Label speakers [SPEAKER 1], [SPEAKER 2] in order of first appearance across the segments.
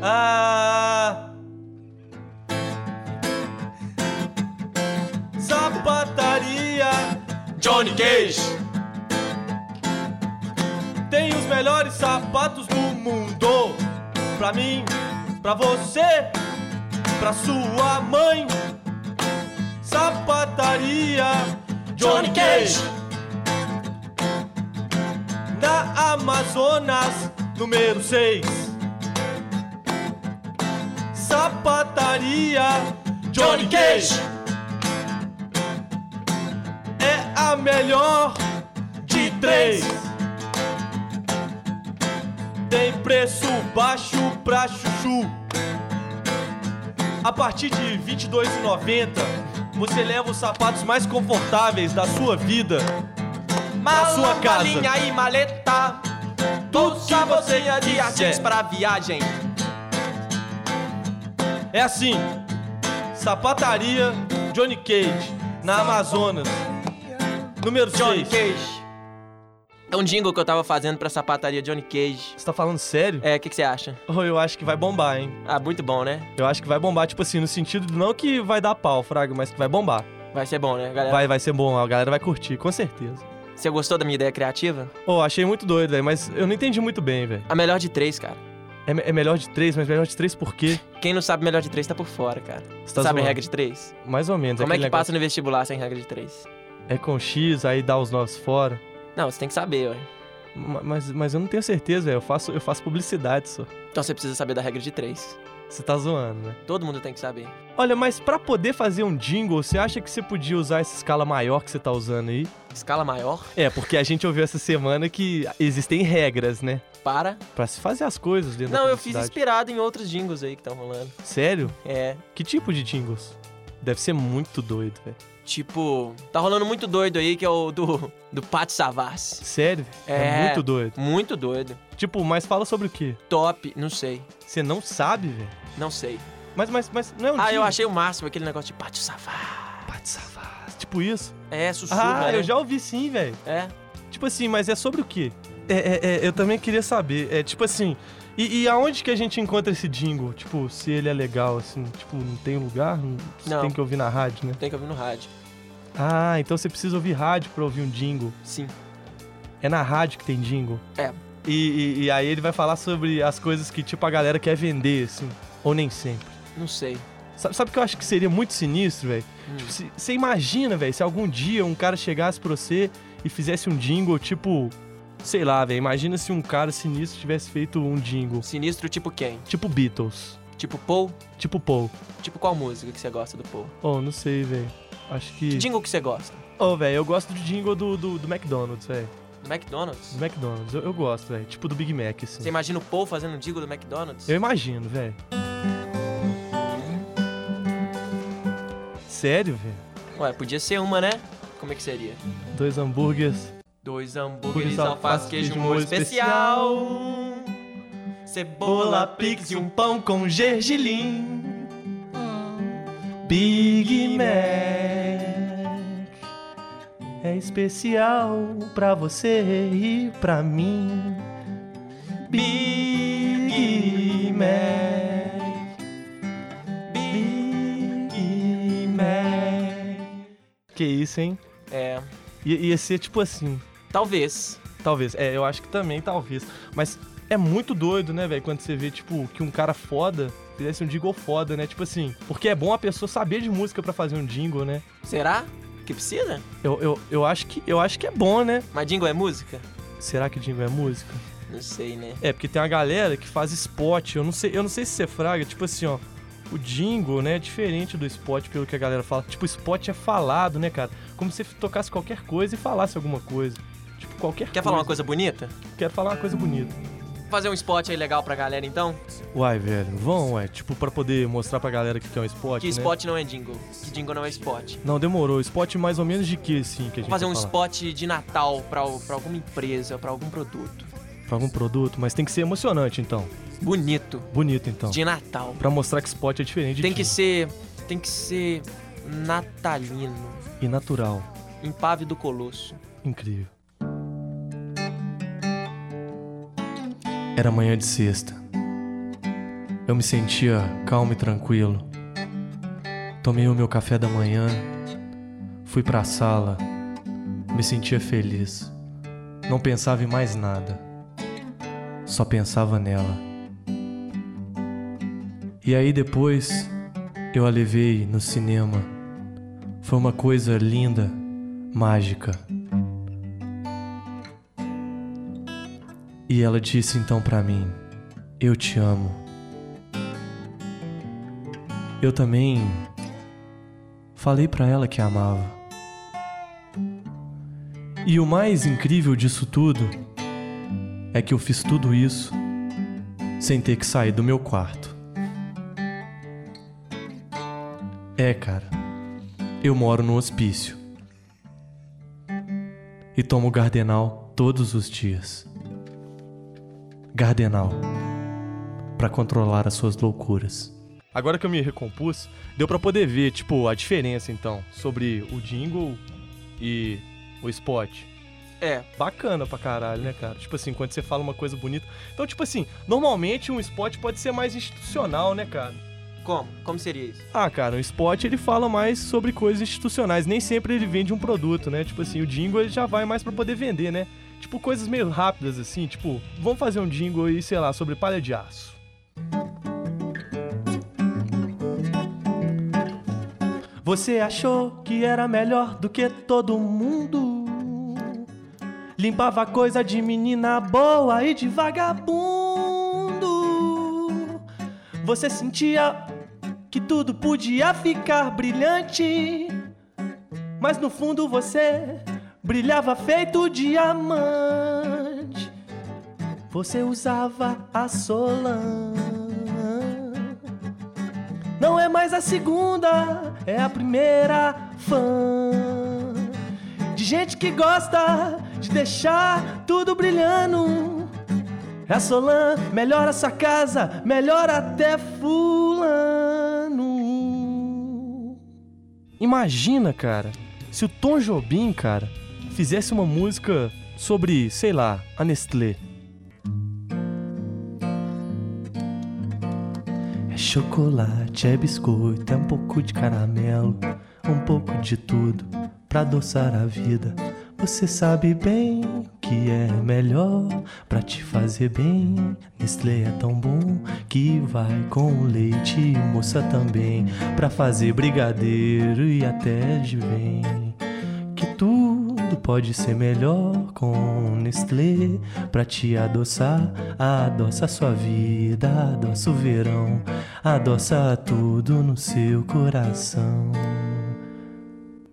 [SPEAKER 1] Ah, sapataria
[SPEAKER 2] Johnny Cage,
[SPEAKER 1] tem os melhores sapatos do mundo. Pra mim, pra você, pra sua mãe. Sapataria
[SPEAKER 2] Johnny Cage,
[SPEAKER 1] na Amazonas, número 6. Sapataria
[SPEAKER 2] Johnny Cage,
[SPEAKER 1] é a melhor de três. Tem preço baixo pra chuchu. A partir de R$ 22,90 você leva os sapatos mais confortáveis da sua vida na
[SPEAKER 3] Mala,
[SPEAKER 1] sua casa.
[SPEAKER 3] malinha e maleta,
[SPEAKER 1] Tudo
[SPEAKER 3] tudo que você tinha de
[SPEAKER 1] quiser.
[SPEAKER 3] artigos pra viagem.
[SPEAKER 1] É assim: Sapataria Johnny Cage, na Amazonas. Número
[SPEAKER 3] Johnny
[SPEAKER 1] 6.
[SPEAKER 3] Cage. É um jingle que eu tava fazendo pra sapataria Johnny Cage.
[SPEAKER 1] Você tá falando sério?
[SPEAKER 3] É, o que, que você acha?
[SPEAKER 1] Oh, eu acho que vai bombar, hein?
[SPEAKER 3] Ah, muito bom, né?
[SPEAKER 1] Eu acho que vai bombar, tipo assim, no sentido de não que vai dar pau, Fraga, mas que vai bombar.
[SPEAKER 3] Vai ser bom, né, galera?
[SPEAKER 1] Vai, vai ser bom, a galera vai curtir, com certeza.
[SPEAKER 3] Você gostou da minha ideia criativa?
[SPEAKER 1] Ô, achei muito doido, velho, mas eu não entendi muito bem, velho.
[SPEAKER 3] A melhor de três, cara.
[SPEAKER 1] É, me- é melhor de três, mas melhor de três por quê?
[SPEAKER 3] Quem não sabe melhor de três tá por fora, cara. Você
[SPEAKER 1] tá
[SPEAKER 3] sabe
[SPEAKER 1] zoando.
[SPEAKER 3] regra de três?
[SPEAKER 1] Mais ou menos.
[SPEAKER 3] Como é que
[SPEAKER 1] aquele
[SPEAKER 3] passa no vestibular sem regra de três?
[SPEAKER 1] negócio- É com X, aí dá os novos fora.
[SPEAKER 3] Não, você tem que saber, ué.
[SPEAKER 1] Ma- Mas, mas eu não tenho certeza, velho, eu faço, eu faço publicidade só.
[SPEAKER 3] Então você precisa saber da regra de três.
[SPEAKER 1] Você tá zoando, né?
[SPEAKER 3] Todo mundo tem que saber.
[SPEAKER 1] Olha, mas pra poder fazer um jingle, você acha que você podia usar essa escala maior que você tá usando aí?
[SPEAKER 3] Escala maior
[SPEAKER 1] É, porque a gente ouviu essa semana que existem regras, né?
[SPEAKER 3] para.
[SPEAKER 1] Pra se fazer as coisas dentro da
[SPEAKER 3] Não, eu fiz
[SPEAKER 1] publicidade.
[SPEAKER 3] inspirado em outros jingles aí que estão rolando.
[SPEAKER 1] Sério?
[SPEAKER 3] É.
[SPEAKER 1] Que tipo de jingles? Deve ser muito doido, velho.
[SPEAKER 3] Tipo, tá rolando muito doido aí, que é o do, do Pat Savas.
[SPEAKER 1] Sério?
[SPEAKER 3] É.
[SPEAKER 1] muito doido.
[SPEAKER 3] Muito doido.
[SPEAKER 1] Tipo, mas fala sobre o quê?
[SPEAKER 3] Top, não sei.
[SPEAKER 1] Você não sabe, velho?
[SPEAKER 3] Não sei.
[SPEAKER 1] Mas, mas, mas não é um
[SPEAKER 3] Ah, eu
[SPEAKER 1] jingle.
[SPEAKER 3] achei o máximo aquele negócio de Pat Savas.
[SPEAKER 1] Pati Savas. Tipo isso?
[SPEAKER 3] É, sussurro.
[SPEAKER 1] ah,
[SPEAKER 3] né?
[SPEAKER 1] eu já ouvi sim, velho.
[SPEAKER 3] É.
[SPEAKER 1] Tipo assim, mas é sobre o quê? É, é, é, eu também queria saber. É tipo assim, e, e aonde que a gente encontra esse jingle? Tipo, se ele é legal, assim, tipo, não tem lugar? Não, você
[SPEAKER 3] Não.
[SPEAKER 1] Tem que ouvir na rádio, né?
[SPEAKER 3] Tem que ouvir no rádio.
[SPEAKER 1] Ah, então você precisa ouvir rádio pra ouvir um jingle.
[SPEAKER 3] Sim.
[SPEAKER 1] É na rádio que tem jingle.
[SPEAKER 3] É.
[SPEAKER 1] E, e- e aí ele vai falar sobre as coisas que, tipo, a galera quer vender, assim. Ou nem sempre.
[SPEAKER 3] Não sei.
[SPEAKER 1] Sabe, sabe o que eu acho que seria muito sinistro, velho?
[SPEAKER 3] Hum.
[SPEAKER 1] Tipo, se- você imagina, velho, se algum dia um cara chegasse pra você e fizesse um jingle, tipo. Sei lá, velho. Imagina se um cara sinistro tivesse feito um jingle.
[SPEAKER 3] Sinistro tipo quem?
[SPEAKER 1] Tipo Beatles.
[SPEAKER 3] Tipo Paul?
[SPEAKER 1] Tipo Paul.
[SPEAKER 3] Tipo qual música que você gosta do Paul?
[SPEAKER 1] Oh, não sei, velho. Acho
[SPEAKER 3] Que
[SPEAKER 1] que.
[SPEAKER 3] jingle que você gosta?
[SPEAKER 1] Oh, velho, eu gosto do jingle do, do, do McDonald's, velho.
[SPEAKER 3] Do McDonald's?
[SPEAKER 1] Do McDonald's. Eu, eu gosto, velho. Tipo do Big Mac, assim.
[SPEAKER 3] Você imagina o Paul fazendo um jingle do McDonald's?
[SPEAKER 1] Eu imagino, velho. Sério, velho?
[SPEAKER 3] Ué, podia ser uma, né? Como é que seria?
[SPEAKER 1] Dois hambúrgueres.
[SPEAKER 3] Dois
[SPEAKER 1] Hambúrgueres,
[SPEAKER 3] hambúrgueres, alface, queijo, molho especial. Cebola,
[SPEAKER 1] Bola,
[SPEAKER 3] pix
[SPEAKER 1] pix
[SPEAKER 3] e
[SPEAKER 1] e
[SPEAKER 3] um...
[SPEAKER 1] um pão com gergelim. Big Mac é especial pra você e pra mim. Big Mac. Big Mac. Que isso, hein?
[SPEAKER 3] É,
[SPEAKER 1] Ia, ia ser tipo assim.
[SPEAKER 3] talvez.
[SPEAKER 1] Talvez. É, eu acho que também, talvez. Mas é muito doido, né, velho? Quando você vê, tipo, que um cara foda fizesse um jingle foda, né? Tipo assim, porque é bom a pessoa saber de música pra fazer um jingle, né?
[SPEAKER 3] Será? Que precisa?
[SPEAKER 1] Eu, eu, eu, acho que, eu acho que é bom, né?
[SPEAKER 3] Mas jingle é música?
[SPEAKER 1] Será que jingle é música?
[SPEAKER 3] Não sei, né?
[SPEAKER 1] É, porque tem uma galera que faz spot. Eu não sei, eu não sei se você fraga, tipo assim, ó. O jingle, né, é diferente do spot, pelo que a galera fala. Tipo, spot é falado, né, cara? Como se tocasse qualquer coisa e falasse alguma coisa. Tipo, qualquer
[SPEAKER 3] Quer falar uma coisa bonita?
[SPEAKER 1] Quero falar uma coisa bonita.
[SPEAKER 3] Fazer um spot aí legal pra galera, então?
[SPEAKER 1] Uai, velho, vão, ué. Tipo, pra poder mostrar pra galera que que é um spot,
[SPEAKER 3] Que
[SPEAKER 1] né?
[SPEAKER 3] spot não é jingle. Que jingle não é spot.
[SPEAKER 1] Não, demorou. Spot mais ou menos de que, assim, que a gente
[SPEAKER 3] Vou fazer
[SPEAKER 1] vai
[SPEAKER 3] um
[SPEAKER 1] falar?
[SPEAKER 3] spot de Natal pra, pra alguma empresa, pra algum produto.
[SPEAKER 1] Pra algum um produto, mas tem que ser emocionante, então.
[SPEAKER 3] Bonito.
[SPEAKER 1] Bonito, então.
[SPEAKER 3] De Natal.
[SPEAKER 1] Pra mostrar que spot é diferente de
[SPEAKER 3] Tem que
[SPEAKER 1] jeans.
[SPEAKER 3] ser. Tem que ser natalino.
[SPEAKER 1] E natural.
[SPEAKER 3] Empave do Colosso.
[SPEAKER 1] Incrível. Era manhã de sexta. Eu me sentia calmo e tranquilo. Tomei o meu café da manhã, fui para a sala, me sentia feliz. Não pensava em mais nada, só pensava nela. E aí depois eu a levei no cinema. Foi uma coisa linda, mágica. E ela disse então pra mim: Eu te amo. Eu também falei pra ela que a amava. E o mais incrível disso tudo é que eu fiz tudo isso sem ter que sair do meu quarto. É, cara. Eu moro no hospício. E tomo Gardenal todos os dias. Gardenal. Pra controlar as suas loucuras. Agora que eu me recompus, deu pra poder ver, tipo, a diferença então sobre o jingle e o spot.
[SPEAKER 3] É,
[SPEAKER 1] Bacana pra caralho, né, cara? Tipo assim, quando você fala uma coisa bonita. Então, tipo assim, normalmente um spot pode ser mais institucional, né, cara?
[SPEAKER 3] como? Como seria isso?
[SPEAKER 1] Ah, cara, o spot ele fala mais sobre coisas institucionais, nem sempre ele vende um produto, né? Tipo assim, o jingle ele já vai mais pra poder vender, né? Tipo coisas meio rápidas assim, tipo, vamos fazer um jingle aí, sei lá, sobre palha de aço. Você achou que era melhor do que todo mundo? Limpava coisa de menina boa e de vagabundo. Você sentia que tudo podia ficar brilhante, mas no fundo você brilhava feito diamante. Você usava a Solan. Não é mais a segunda, é a primeira fã. De gente que gosta de deixar tudo brilhando. É a Solan, melhora sua casa, melhora até fulano. Imagina, cara, se o Tom Jobim, cara, fizesse uma música sobre, sei lá, a Nestlé. É chocolate, é biscoito, é um pouco de caramelo, um pouco de tudo pra adoçar a vida. Você sabe bem que é melhor pra te fazer bem. Nestlé é tão bom que vai com leite e moça também pra fazer brigadeiro e até de bem. Que tudo pode ser melhor com Nestlé Pra te adoçar, adoça sua vida Adoça o verão, adoça tudo no seu coração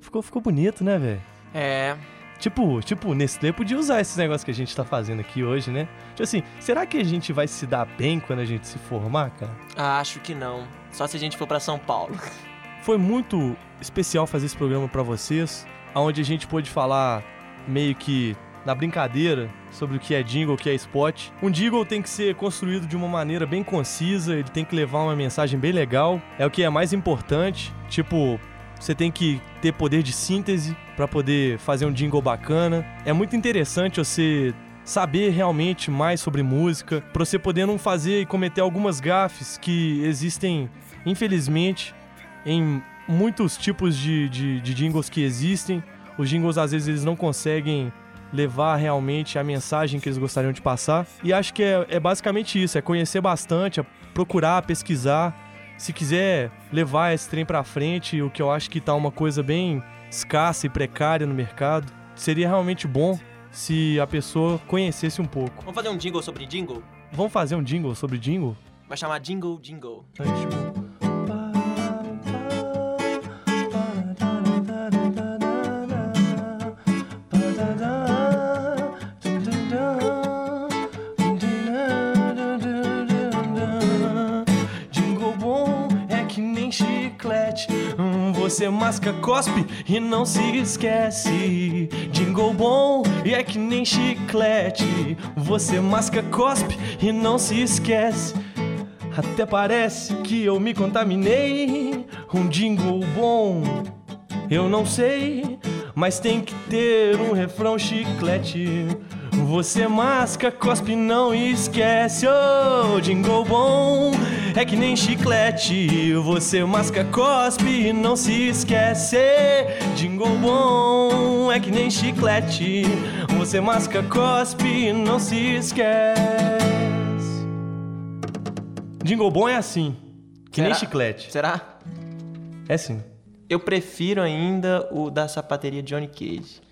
[SPEAKER 1] Ficou, ficou bonito, né, velho?
[SPEAKER 3] É,
[SPEAKER 1] Tipo, tipo, o Nestlé podia usar esses negócios que a gente tá fazendo aqui hoje, né? Tipo assim, será que a gente vai se dar bem quando a gente se formar, cara?
[SPEAKER 3] acho que não. Só se a gente for pra São Paulo.
[SPEAKER 1] Foi muito especial fazer esse programa pra vocês, onde a gente pôde falar meio que na brincadeira sobre o que é jingle, o que é spot. Um jingle tem que ser construído de uma maneira bem concisa, ele tem que levar uma mensagem bem legal, é o que é mais importante. Tipo, você tem que ter poder de síntese pra poder fazer um jingle bacana. É muito interessante você saber realmente mais sobre música, pra você poder não fazer e cometer algumas gafes que existem, infelizmente, em muitos tipos de, de, de jingles que existem. Os jingles, às vezes, eles não conseguem levar realmente a mensagem que eles gostariam de passar. E acho que é, é basicamente isso, é conhecer bastante, é procurar, pesquisar. Se quiser levar esse trem pra frente, o que eu acho que tá uma coisa bem escassa e precária no mercado, seria realmente bom se a pessoa conhecesse um pouco.
[SPEAKER 3] Vamos fazer um jingle sobre jingle?
[SPEAKER 1] Vamos fazer um jingle sobre jingle?
[SPEAKER 3] Vai chamar Jingle Jingle.
[SPEAKER 1] Tá, tipo- Jingle bom é que nem chiclete. Hum, Você masca, cospe e não se esquece. Jingle bom é que nem chiclete. Você masca, cospe e não se esquece. Até parece que eu me contaminei. Um jingle bom, eu não sei, mas tem que ter um refrão chiclete. Você masca, cospe, não esquece. Oh, jingle bom É que nem chiclete, você masca, cospe e não se esquece. Jingle bom, é que nem chiclete, você masca, cospe e não se esquece. Jingle bom é assim, que nem
[SPEAKER 3] Será?
[SPEAKER 1] chiclete.
[SPEAKER 3] Será?
[SPEAKER 1] É assim.
[SPEAKER 3] Eu prefiro ainda o da sapateria Johnny Cage.